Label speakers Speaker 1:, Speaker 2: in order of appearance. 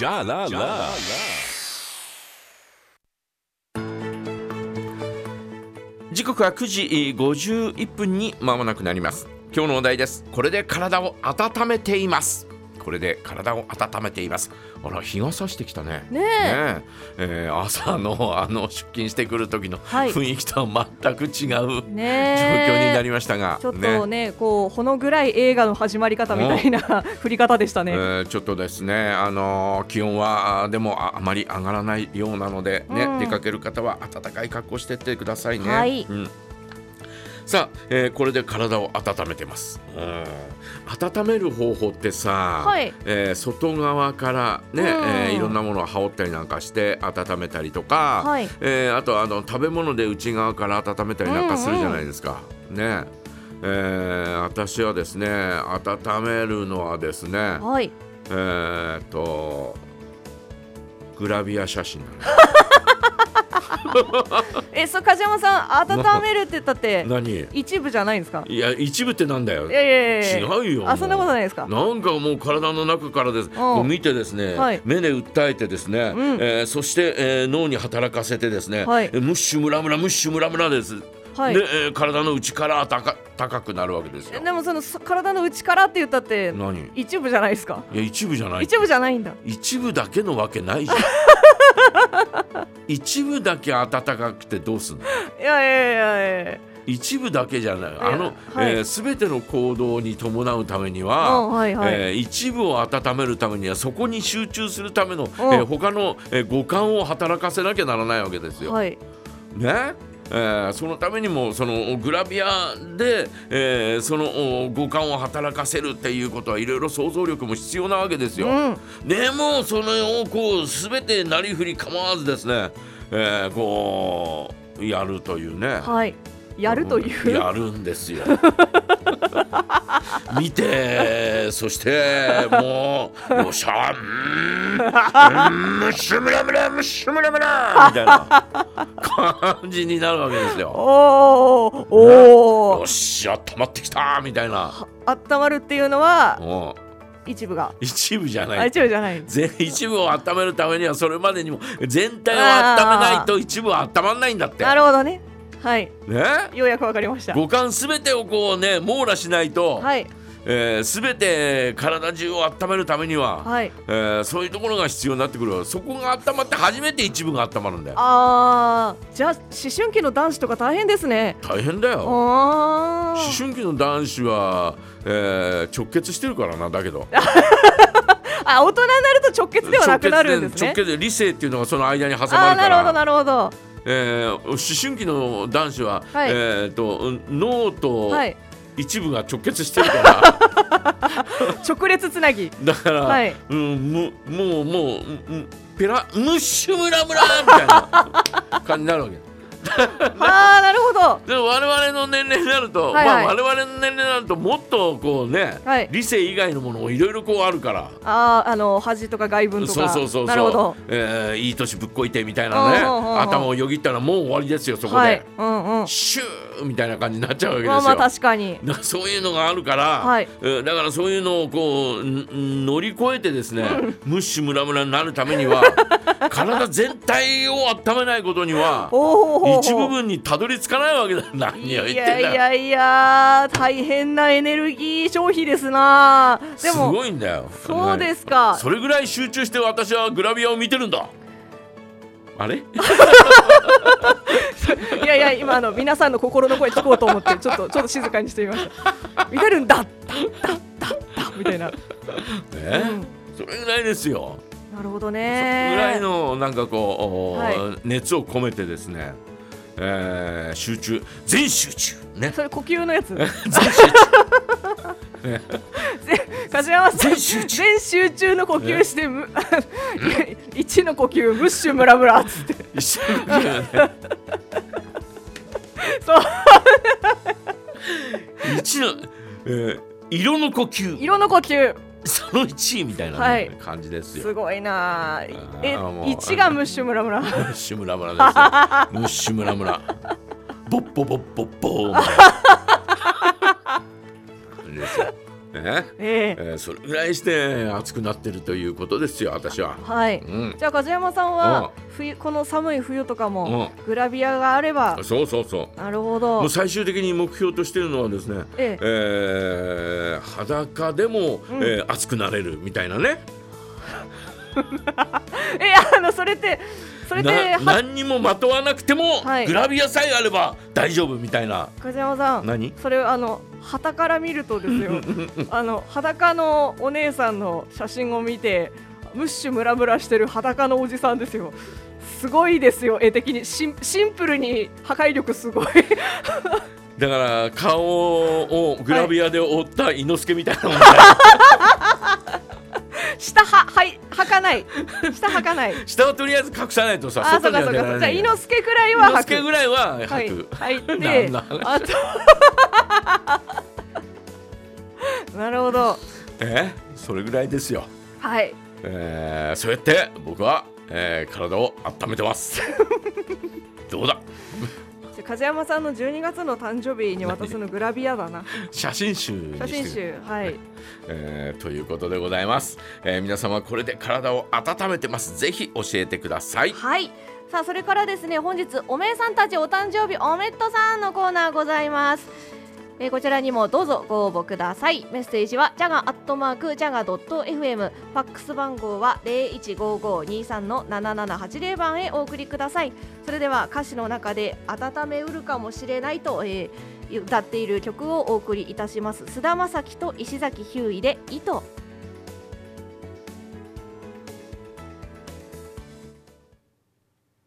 Speaker 1: Ja la la. 時刻は9時51分に間もなくなります今日のお題ですこれで体を温めていますこれで体を温めていますあら日が差してきたね
Speaker 2: ねえ
Speaker 1: ねええー朝のあの出勤してくる時の
Speaker 2: はい
Speaker 1: 雰囲気とは全く違う状況に
Speaker 2: ねえ
Speaker 1: なりましたが、
Speaker 2: ちょっとねこうほの暗い映画の始まり方みたいな 振り方でしたね、
Speaker 1: えーちょっとですね、あのー気温はあーでもああまり上がらないようなので、ね
Speaker 2: うん
Speaker 1: 出かける方は暖かい格好してってくださいね。
Speaker 2: はい
Speaker 1: うんさあ、えーこれで体を温めてます、うん温める方法ってさ、
Speaker 2: はい
Speaker 1: えー外側からね、
Speaker 2: うん
Speaker 1: えーいろんなものを羽織ったりなんかして温めたりとか、
Speaker 2: はい
Speaker 1: えーあとあの食べ物で内側から温めたりなんかするじゃないですか。ねえー私はですね温めるのはですね
Speaker 2: はい
Speaker 1: えーっとグラビア写真な
Speaker 2: えそう梶山さん温めるって言ったって
Speaker 1: の何
Speaker 2: 一部じゃないんですか
Speaker 1: いや一部ってなんだよ
Speaker 2: いやいやいや
Speaker 1: 違うよ
Speaker 2: あそんなこと
Speaker 1: い
Speaker 2: ないですか
Speaker 1: なんかもう体の中からですこう見てですね、
Speaker 2: はい
Speaker 1: 目で訴えてですね、
Speaker 2: うん
Speaker 1: えーそして、えー脳に働かせてですね、
Speaker 2: はい
Speaker 1: えムッシュムラムラムッシュムラムラです、
Speaker 2: はい
Speaker 1: で、えー体の内から暖か高くなるわけです
Speaker 2: え
Speaker 1: よ
Speaker 2: でもそのそ体の内からって言ったって
Speaker 1: 何い
Speaker 2: 一部じゃないですか
Speaker 1: や一部じゃない
Speaker 2: 一部じゃないんだ
Speaker 1: 一部だけのわけないじ ゃん一部だけ暖かくてどうすんの
Speaker 2: いやいやいやいや
Speaker 1: 一部だけじゃないあの、
Speaker 2: はい
Speaker 1: えー全ての行動に伴うために
Speaker 2: うん
Speaker 1: は、
Speaker 2: はいはい、
Speaker 1: えー一部を温めるためにはそこに集中するための、えー他の、えー五感を働かせなきゃならないわけですよ。
Speaker 2: はい
Speaker 1: ねえーそのためにもそのグラビアで、えーそのお五感を働かせるっていうことはいろいろ想像力も必要なわけですよ。
Speaker 2: うん
Speaker 1: でもそれをこう全てなりふり構わずですね、えーこうやるというね。
Speaker 2: はいやるという
Speaker 1: やるんですよ 見てそしてもうよっしゃうーんうーんむしゅむらむらむしゅむらむらみたいな感じになるわけですよ
Speaker 2: おー
Speaker 1: よ
Speaker 2: お
Speaker 1: っ
Speaker 2: ー
Speaker 1: しゃ溜まってきたみたいな
Speaker 2: あったまるっていうのは
Speaker 1: も
Speaker 2: 一部が、
Speaker 1: う一部じゃ
Speaker 2: あ
Speaker 1: ない
Speaker 2: 一部じゃない
Speaker 1: 全一部を温めるためにはそれまでにも全体を温めないと一部は温まんないんだって
Speaker 2: なるほどねはい
Speaker 1: ね
Speaker 2: ようやくわかりました
Speaker 1: 五感すべてをこうね網羅しないと、
Speaker 2: はい
Speaker 1: えー、全て体中を温めるためには、
Speaker 2: はい
Speaker 1: えーそういうところが必要になってくるそこが温まって初めて一部が温まるんだよ
Speaker 2: あーじゃあ思春期の男子とか大変ですね
Speaker 1: 大変だよ
Speaker 2: あ
Speaker 1: 思
Speaker 2: ー
Speaker 1: 春期の男子は、えー直結してるからなだけど
Speaker 2: あ大人になると直結ではなくなるんです
Speaker 1: 直
Speaker 2: ね
Speaker 1: 結で理性っていうのがその間に挟まる
Speaker 2: あ
Speaker 1: か
Speaker 2: ーなるほど
Speaker 1: ら
Speaker 2: なるほど
Speaker 1: えー思春期の男子は、
Speaker 2: はい
Speaker 1: えー、とうん脳と
Speaker 2: はい
Speaker 1: 一部が直結してる から、
Speaker 2: 直列つなぎ
Speaker 1: だから、
Speaker 2: はい
Speaker 1: うん、むもうもううんペラムッシュムラムラみたいな感じになるわけ。
Speaker 2: あーなるほど
Speaker 1: でも我々の年齢になると、
Speaker 2: はいはい
Speaker 1: まあ、我々の年齢になるともっとこうね、
Speaker 2: はい
Speaker 1: 理性以外のものもいろいろこうあるから。
Speaker 2: あーあの恥とか外分と
Speaker 1: そう
Speaker 2: か
Speaker 1: そうそう
Speaker 2: なるほど
Speaker 1: そう、えーいい年ぶっこいてみたいなね
Speaker 2: うんうんうんうん
Speaker 1: 頭をよぎったらもう終わりですよそこで、
Speaker 2: はいうんうん
Speaker 1: シューみたいな感じになっちゃうわけですよ、
Speaker 2: まあまあ確かに
Speaker 1: だからそういうのがあるから、
Speaker 2: はい
Speaker 1: えーだからそういうのをこうん乗り越えてですね、ムッシュムラムラになるために は体全体を温めないことには
Speaker 2: おー
Speaker 1: 一部分にたどり着かないわけだ何を言ってんだ
Speaker 2: いやいやいや大変なエネルギー消費ですなですも
Speaker 1: ごいんだよ
Speaker 2: そうですすか
Speaker 1: それぐらい集中して私はグラビアを見てるんだあ れ
Speaker 2: いやいや今あの皆さんの心の声聞こうと思ってちょっとちょっと静かにしてみました見てるんだだだだだみたいな
Speaker 1: ね
Speaker 2: うん
Speaker 1: それぐらいですよ、
Speaker 2: なるほど
Speaker 1: それぐらい
Speaker 2: ね
Speaker 1: のなんかこう、
Speaker 2: はい
Speaker 1: 熱を込めてですね、えー集中全集中 ね
Speaker 2: それ呼吸のやつ
Speaker 1: 全集中
Speaker 2: 梶山さん
Speaker 1: 全集中
Speaker 2: 全集中の呼吸してむ一の呼吸ムッシュムラムラっつって
Speaker 1: 一瞬だけだね
Speaker 2: そう
Speaker 1: 一の、えー色の呼吸
Speaker 2: 色の呼吸
Speaker 1: その一位みたいなね、
Speaker 2: はい
Speaker 1: 感じですよ
Speaker 2: すごいなえ
Speaker 1: あーもう
Speaker 2: 一がムッシュムラムラ
Speaker 1: ムッシュムラムラ ですよ。ムッシュムラムラ。 ボッボボッボッボーみたいな。ですよねね、
Speaker 2: ええ
Speaker 1: えーそれぐらいして暑くなってるということですよ私は。
Speaker 2: はい、
Speaker 1: うん、
Speaker 2: じゃあ梶山さんは冬この寒い冬とかもグラビアがあれば
Speaker 1: そうそうそう。
Speaker 2: なるほど
Speaker 1: もう最終的に目標としてるのはですね、
Speaker 2: ええ
Speaker 1: えー裸でも、
Speaker 2: うん
Speaker 1: えー熱くなれるみたいなね
Speaker 2: えあのそれってそれって
Speaker 1: な
Speaker 2: は
Speaker 1: 何にもまとわなくても、
Speaker 2: はい
Speaker 1: グラビアさえあれば大丈夫みたいな
Speaker 2: 梶山さん
Speaker 1: 何
Speaker 2: それあの旗から見るとです よあの裸のお姉さんの写真を見てムッシュムラムラしてる裸のおじさんですよすごいですよ絵的にシンシンプルに破壊力すごい
Speaker 1: だから顔をグラビアで覆った伊之助みたいなもんだよ、
Speaker 2: 下ははい履かない下履かない
Speaker 1: 下をと りあえず隠さないとさ
Speaker 2: あーそ
Speaker 1: 外に
Speaker 2: うか
Speaker 1: は
Speaker 2: そう
Speaker 1: 出
Speaker 2: からそうか
Speaker 1: れ
Speaker 2: じゃ
Speaker 1: な
Speaker 2: あ
Speaker 1: い伊
Speaker 2: 伊
Speaker 1: 之
Speaker 2: 之助くらいは履
Speaker 1: 助
Speaker 2: く
Speaker 1: ぐらいは
Speaker 2: はい、
Speaker 1: 吐く、
Speaker 2: 履い
Speaker 1: 何
Speaker 2: て
Speaker 1: の話
Speaker 2: あと なるほど
Speaker 1: えそれぐらいですよ、
Speaker 2: はい
Speaker 1: えー、そうやって僕は、えー体を温めてます どうだ
Speaker 2: じゃあ梶山さんの12月の誕生日に渡すのグラビアだな
Speaker 1: 写真集にして
Speaker 2: 写真集はい
Speaker 1: えーということでございます、えー皆様これで体を温めてますぜひ教えてください
Speaker 3: はい。さあそれからですね本日おめえさんたちお誕生日おめっとさんのコーナーございます。えーこちらにもどうぞご応募くださいメッセージはジャガアットマークジャガドット FM ファックス番号は015523の7780番へお送りくださいそれでは歌詞の中で温めうるかもしれないと、えー歌っている曲をお送りいたします須田まさと石崎ひゅういで糸